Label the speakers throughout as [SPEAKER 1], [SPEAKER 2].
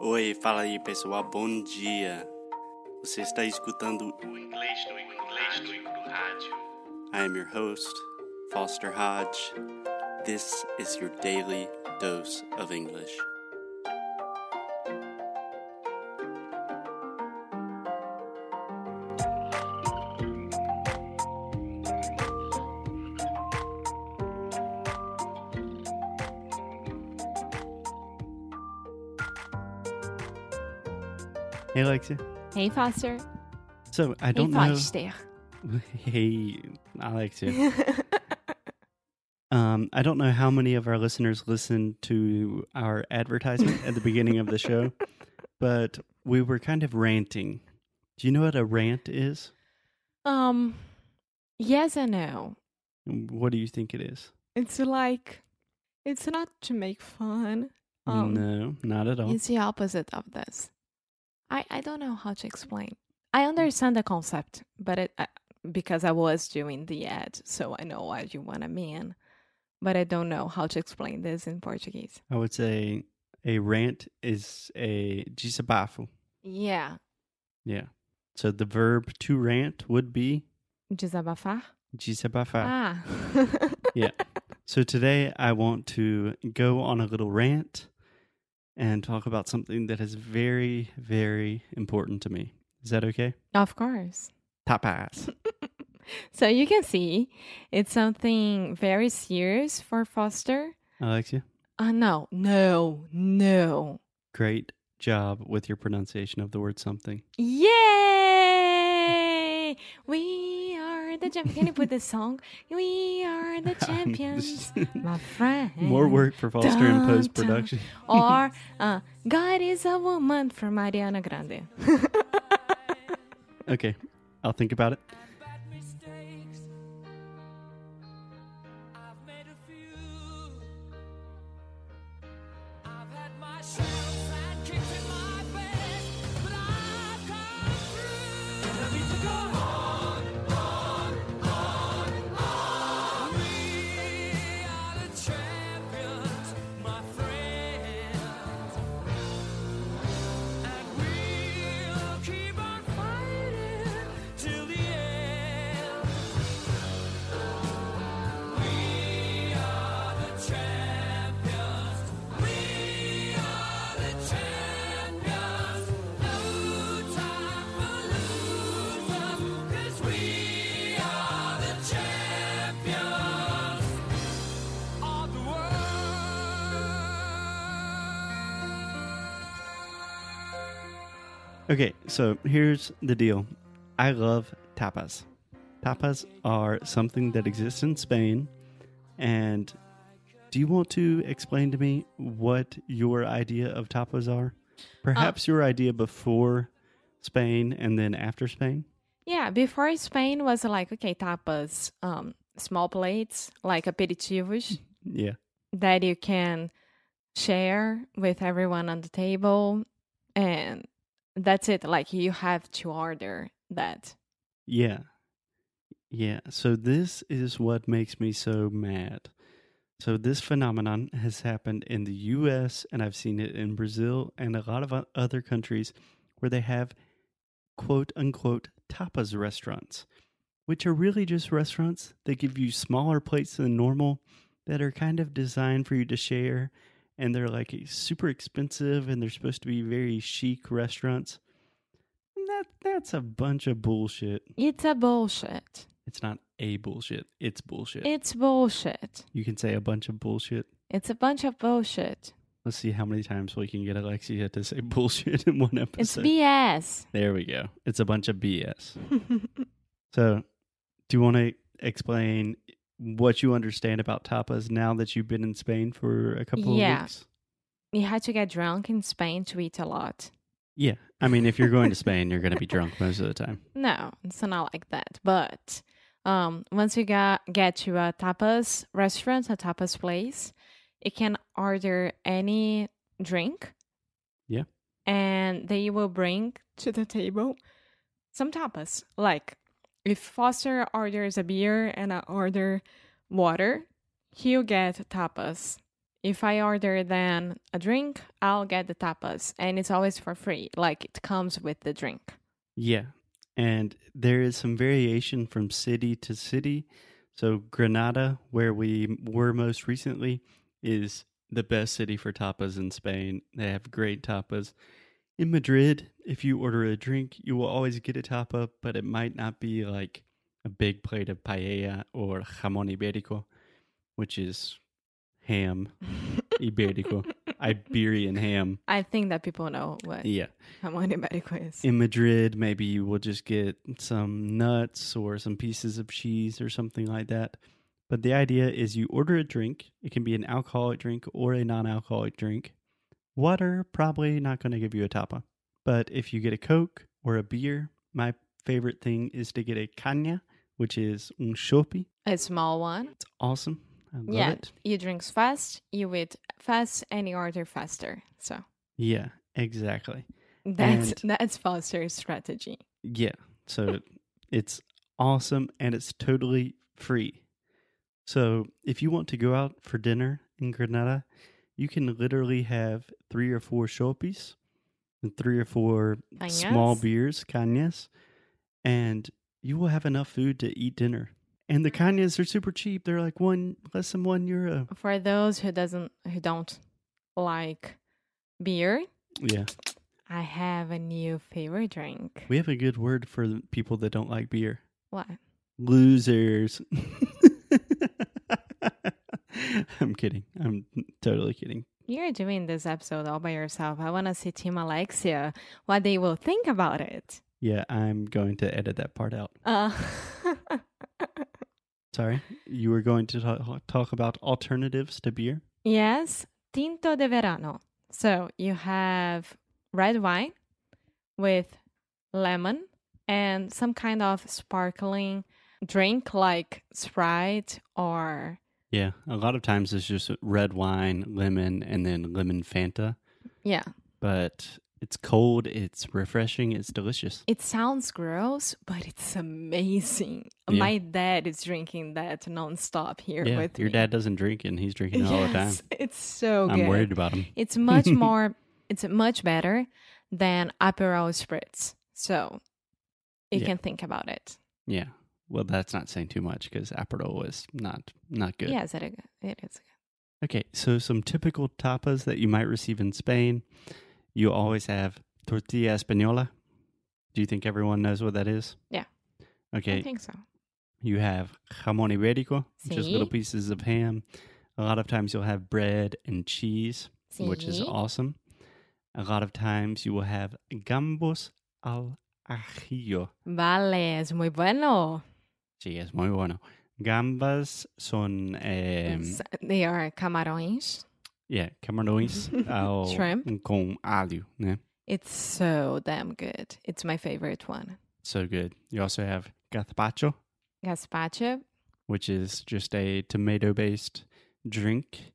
[SPEAKER 1] Oi, fala aí pessoal, bom dia. Você está escutando
[SPEAKER 2] O inglês do inglês do, do rádio.
[SPEAKER 1] I am your host, Foster Hodge. This is your daily dose of English. Hey, Alexia.
[SPEAKER 3] Hey, Foster.
[SPEAKER 1] So I
[SPEAKER 3] Hey,
[SPEAKER 1] don't know.
[SPEAKER 3] Foster.
[SPEAKER 1] Hey, Alexia. Um, I don't know how many of our listeners listen to our advertisement at the beginning of the show, but we were kind of ranting. Do you know what a rant is?
[SPEAKER 3] um, yes and no.
[SPEAKER 1] What do you think it is?
[SPEAKER 3] It's like, it's not to make fun. Um,
[SPEAKER 1] no, not at all.
[SPEAKER 3] It's the opposite of this. I I don't know how to explain. I
[SPEAKER 1] Mm.
[SPEAKER 3] understand the concept, but it I, because I was doing the ad, so I know what you wanna mean. But I don't know how to explain this in Portuguese.
[SPEAKER 1] I would say a rant is a desabafo.
[SPEAKER 3] Yeah,
[SPEAKER 1] Yeah. So the verb to rant would be
[SPEAKER 3] desabafar.
[SPEAKER 1] desabafar.
[SPEAKER 3] Ah,
[SPEAKER 1] Yeah. So today I want to go on a little rant and talk about something that is very, very important to me. Is that okay?
[SPEAKER 3] Ah. of course.
[SPEAKER 1] Tapas.
[SPEAKER 3] So you can see it's something very serious for Foster.
[SPEAKER 1] Alexia,
[SPEAKER 3] Uh, no, no, no.
[SPEAKER 1] great job with your pronunciation of the word something.
[SPEAKER 3] Yay! We are the champions. Can you put this song? We are the
[SPEAKER 1] I'm
[SPEAKER 3] champions,
[SPEAKER 1] just-
[SPEAKER 3] my friend.
[SPEAKER 1] More work for Foster in
[SPEAKER 3] Dun, dun.
[SPEAKER 1] post production.
[SPEAKER 3] Or uh, God is a woman from Ariana Grande.
[SPEAKER 1] Okay, I'll think about it.
[SPEAKER 4] bad mistakes. I've made a few. I've had my shells and kicks in my face, but I've come through. I need to go on, on, on, on. We are the champions, my friends. And we'll keep on fighting till the end. We are the champions. We are the champions. No time for losers, 'cause we are the champions of the world.
[SPEAKER 1] Okay, so here's the deal. I love tapas. Tapas are something that exists in Spain. And do you want to explain to me what your idea of tapas are? Perhaps your idea before Spain and then after Spain?
[SPEAKER 3] Yeah, before Spain was like, okay, tapas, um, small plates, like aperitivos.
[SPEAKER 1] Yeah.
[SPEAKER 3] that you can share with everyone on the table and that's it like you have to order that
[SPEAKER 1] Yeah. Yeah. So this is what makes me so mad. So this phenomenon has happened in the US and I've seen it in Brazil and a lot of o- other countries where they have quote unquote tapas restaurants, which are really just restaurants that give you smaller plates than normal that are kind of designed for you to share and they're like super expensive and they're supposed to be very chic restaurants. And That that's a bunch of bullshit.
[SPEAKER 3] it's a bullshit
[SPEAKER 1] It's not a bullshit. It's bullshit.
[SPEAKER 3] it's bullshit
[SPEAKER 1] you can say a bunch of bullshit.
[SPEAKER 3] it's a bunch of bullshit
[SPEAKER 1] Let's see how many times we can get Alexia to say bullshit in one episode.
[SPEAKER 3] it's bs
[SPEAKER 1] there we go. It's a bunch of BS. so, do you want to explain what you understand about tapas now that you've been in Spain for a couple of
[SPEAKER 3] Yeah.
[SPEAKER 1] weeks?
[SPEAKER 3] you had to get drunk in spain to eat a lot
[SPEAKER 1] Yeah. I mean, if you're going to Spain, you're going to be drunk most of the time.
[SPEAKER 3] no it's not like that but um once you got get to a tapas restaurant a tapas place you can order any drink
[SPEAKER 1] Yeah.
[SPEAKER 3] and they will bring to the table some tapas like if foster orders a beer and i order water he'll get tapas If I order then a drink, I'll get the tapas, and it's always for free. Like it comes with the drink.
[SPEAKER 1] Yeah. And there is some variation from city to city. So, Granada, where we were most recently, is the best city for tapas in Spain. They have great tapas. In Madrid, if you order a drink, you will always get a tapa, but it might not be like a big plate of paella or jamón ibérico, which is ham, ibérico, Iberian ham.
[SPEAKER 3] I think that people know what
[SPEAKER 1] Yeah.
[SPEAKER 3] jamón ibérico is.
[SPEAKER 1] in Madrid, maybe you will just get some nuts or some pieces of cheese or something like that. But the idea is you order a drink. It can be an alcoholic drink or a non alcoholic drink. Water, probably not going to give you a tapa. But if you get a Coke or a beer, my favorite thing is to get a caña, which is un chopi.
[SPEAKER 3] A small one.
[SPEAKER 1] It's awesome. I love
[SPEAKER 3] yeah,
[SPEAKER 1] it.
[SPEAKER 3] you drink fast, you eat fast, and you order faster. So
[SPEAKER 1] Yeah, exactly.
[SPEAKER 3] that's
[SPEAKER 1] And-
[SPEAKER 3] that's Foster's strategy.
[SPEAKER 1] Yeah. So it's awesome and it's totally free. So if you want to go out for dinner in Granada, you can literally have three or four chopis and three or four small
[SPEAKER 3] Cañas?
[SPEAKER 1] beers, cañas, and you will have enough food to eat dinner. And the cañas are super cheap. They're like one less than one euro.
[SPEAKER 3] For those who doesn't who don't like beer,
[SPEAKER 1] Yeah.
[SPEAKER 3] I have a new favorite drink.
[SPEAKER 1] We have a good word for the people that don't like beer.
[SPEAKER 3] what?
[SPEAKER 1] losers. I'm kidding. I'm totally kidding.
[SPEAKER 3] You're doing this episode all by yourself. I want to see Team Alexia what they will think about it.
[SPEAKER 1] Yeah, I'm going to edit that part out.
[SPEAKER 3] Uh,
[SPEAKER 1] Sorry. You were going to talk, talk about alternatives to beer?
[SPEAKER 3] yes, tinto de verano. So you have red wine with lemon and some kind of sparkling drink like Sprite or
[SPEAKER 1] Yeah, a lot of times it's just red wine, lemon, and then lemon Fanta.
[SPEAKER 3] yeah,
[SPEAKER 1] But it's cold, it's refreshing, it's delicious.
[SPEAKER 3] It sounds gross, but it's amazing.
[SPEAKER 1] Yeah.
[SPEAKER 3] My dad is drinking that nonstop here
[SPEAKER 1] yeah,
[SPEAKER 3] with
[SPEAKER 1] your
[SPEAKER 3] me.
[SPEAKER 1] dad doesn't drink and he's drinking all the time.
[SPEAKER 3] Yes, it's so good.
[SPEAKER 1] I'm worried about him.
[SPEAKER 3] It's much more. It's much better than Aperol spritz. So you
[SPEAKER 1] Yeah.
[SPEAKER 3] can think about it.
[SPEAKER 1] Yeah. Well, that's not saying too much because Aperol is not not good.
[SPEAKER 3] Yes, it, it is.
[SPEAKER 1] Okay, so some typical tapas that you might receive in Spain. You always have tortilla española. Do you think everyone knows what that is?
[SPEAKER 3] Yeah. I
[SPEAKER 1] Okay,
[SPEAKER 3] think so.
[SPEAKER 1] you have jamón ibérico, which is little
[SPEAKER 3] Sí.
[SPEAKER 1] pieces of ham. A lot of times you'll have bread and cheese, which is
[SPEAKER 3] Sí.
[SPEAKER 1] awesome. A lot of times you will have gambos al ajillo.
[SPEAKER 3] Vale, es muy bueno.
[SPEAKER 1] Sí, es muy bueno. Gambas son, eh,
[SPEAKER 3] S- they are camarões.
[SPEAKER 1] yeah, camarones al,
[SPEAKER 3] Shrimp.
[SPEAKER 1] con alho, né?
[SPEAKER 3] It's so damn good. It's my favorite one.
[SPEAKER 1] So good. You also have gazpacho,
[SPEAKER 3] Gazpacho.
[SPEAKER 1] which is just a tomato based drink.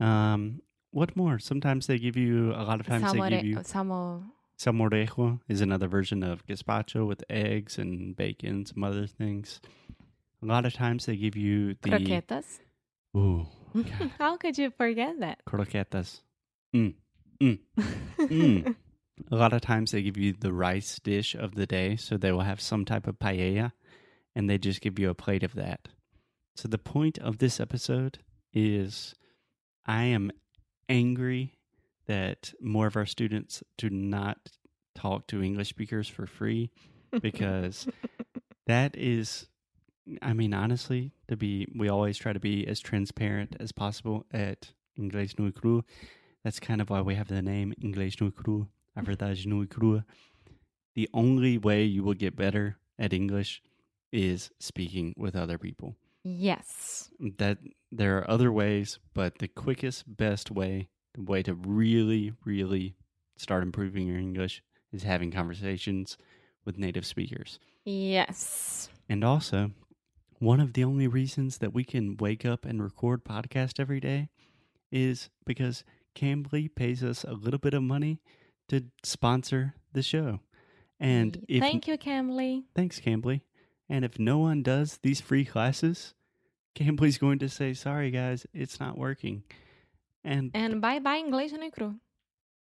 [SPEAKER 1] Um, what more? Sometimes they give you, a lot of times they give
[SPEAKER 3] samore-
[SPEAKER 1] you
[SPEAKER 3] samo-
[SPEAKER 1] salmorejo, is another version of gazpacho with eggs and bacon, some other things. A lot of times they give you the.
[SPEAKER 3] croquetas.
[SPEAKER 1] Ooh, God,
[SPEAKER 3] How could you forget that?
[SPEAKER 1] croquetas. Mm, mm, mm. A lot of times they give you the rice dish of the day, so they will have some type of paella and they just give you a plate of that. So the point of this episode is I am angry that more of our students do not talk to English speakers for free because that is I mean honestly to be we always try to be as transparent as possible at Inglés Nui Cru. That's kind of why we have the name Inglés Nui Cru, A Verdade Nui Crua. The only way you will get better at English is speaking with other people.
[SPEAKER 3] Yes.
[SPEAKER 1] That there are other ways, but the quickest, best way, the way to really, really start improving your English is having conversations with native speakers.
[SPEAKER 3] Yes.
[SPEAKER 1] And also, one of the only reasons that we can wake up and record podcast every day is because Cambly pays us a little bit of money to sponsor the show. And if
[SPEAKER 3] Mm, thank you, Camly.
[SPEAKER 1] thanks, Cambly. And if no one does these free classes, Cambly's going to say, "Sorry guys, it's not working." And,
[SPEAKER 3] And bye bye inglês no cru.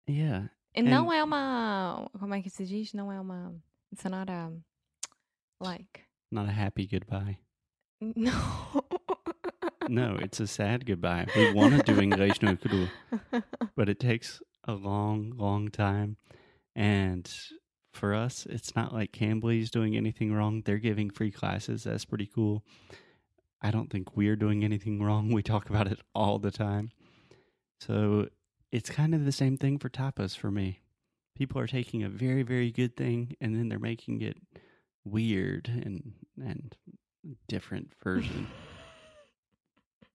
[SPEAKER 1] yeah,
[SPEAKER 3] E
[SPEAKER 1] And-
[SPEAKER 3] não é uma. Como é que se diz? Não é uma. It's not a. Like.
[SPEAKER 1] not a happy goodbye.
[SPEAKER 3] No.
[SPEAKER 1] No, it's a sad goodbye. We want to do English no cru, but it takes a long, long time. And for us, it's not like Cambly's doing anything wrong. They're giving free classes. That's pretty cool. I don't think we're doing anything wrong. We talk about it all the time. So it's kind of the same thing for tapas for me. People are taking a very, very good thing and then they're making it weird and and different version.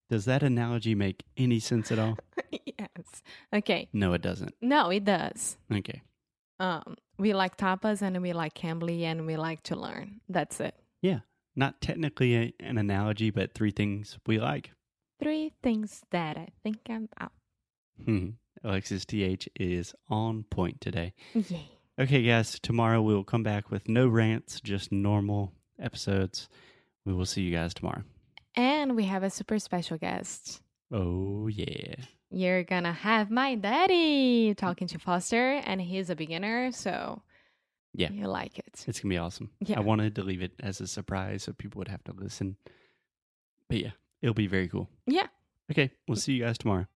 [SPEAKER 1] Does that analogy make any sense at all?
[SPEAKER 3] yes. Okay.
[SPEAKER 1] No, it doesn't.
[SPEAKER 3] No, it does.
[SPEAKER 1] Okay.
[SPEAKER 3] Um, we like tapas and we like Cambly and we like to learn. That's it.
[SPEAKER 1] Not technically a, an analogy, but three things we like.
[SPEAKER 3] Three things that I think I'm out.
[SPEAKER 1] Hmm. Alexis TH is on point today.
[SPEAKER 3] Yay.
[SPEAKER 1] Okay, guys, tomorrow we will come back with no rants, just normal episodes. We will see you guys tomorrow.
[SPEAKER 3] And we have a super special guest.
[SPEAKER 1] Oh, yeah.
[SPEAKER 3] You're gonna have my daddy talking to Foster, and he's a beginner, so
[SPEAKER 1] Yeah.
[SPEAKER 3] you like it.
[SPEAKER 1] It's going to be awesome.
[SPEAKER 3] Yeah.
[SPEAKER 1] I wanted to leave it as a surprise so people would have to listen. But yeah, it'll be very cool.
[SPEAKER 3] Yeah.
[SPEAKER 1] Okay, we'll see you guys tomorrow.